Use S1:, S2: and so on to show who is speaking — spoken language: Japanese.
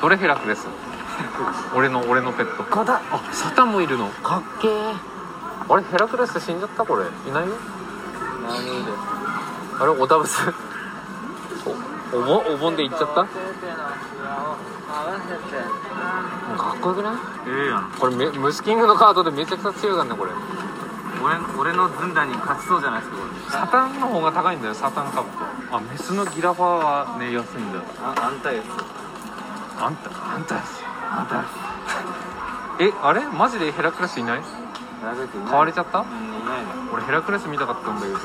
S1: ドレフェラクです俺の俺のペット
S2: こだ
S1: あサタンもいるの
S2: かっけー
S1: あれヘラクレス死んじゃったこれいないよ
S2: 何で
S1: あれオダブスおお盆お盆で行っちゃったかっこよくない
S2: ええやん
S1: これめ虫キングのカードでめちゃくちゃ強いからねこれ
S2: 俺俺のずんだに勝ちそうじゃないですかこれ
S1: サタンの方が高いんだよサタンカブトあメスのギラファーはね安いんだよ
S2: ああんたやつ
S1: あんたあんたです
S2: あんたや
S1: えあれマジでヘラクレスいない
S2: つ
S1: 買われちゃった
S2: うんいないの
S1: 俺ヘラクレス見たかったんだけど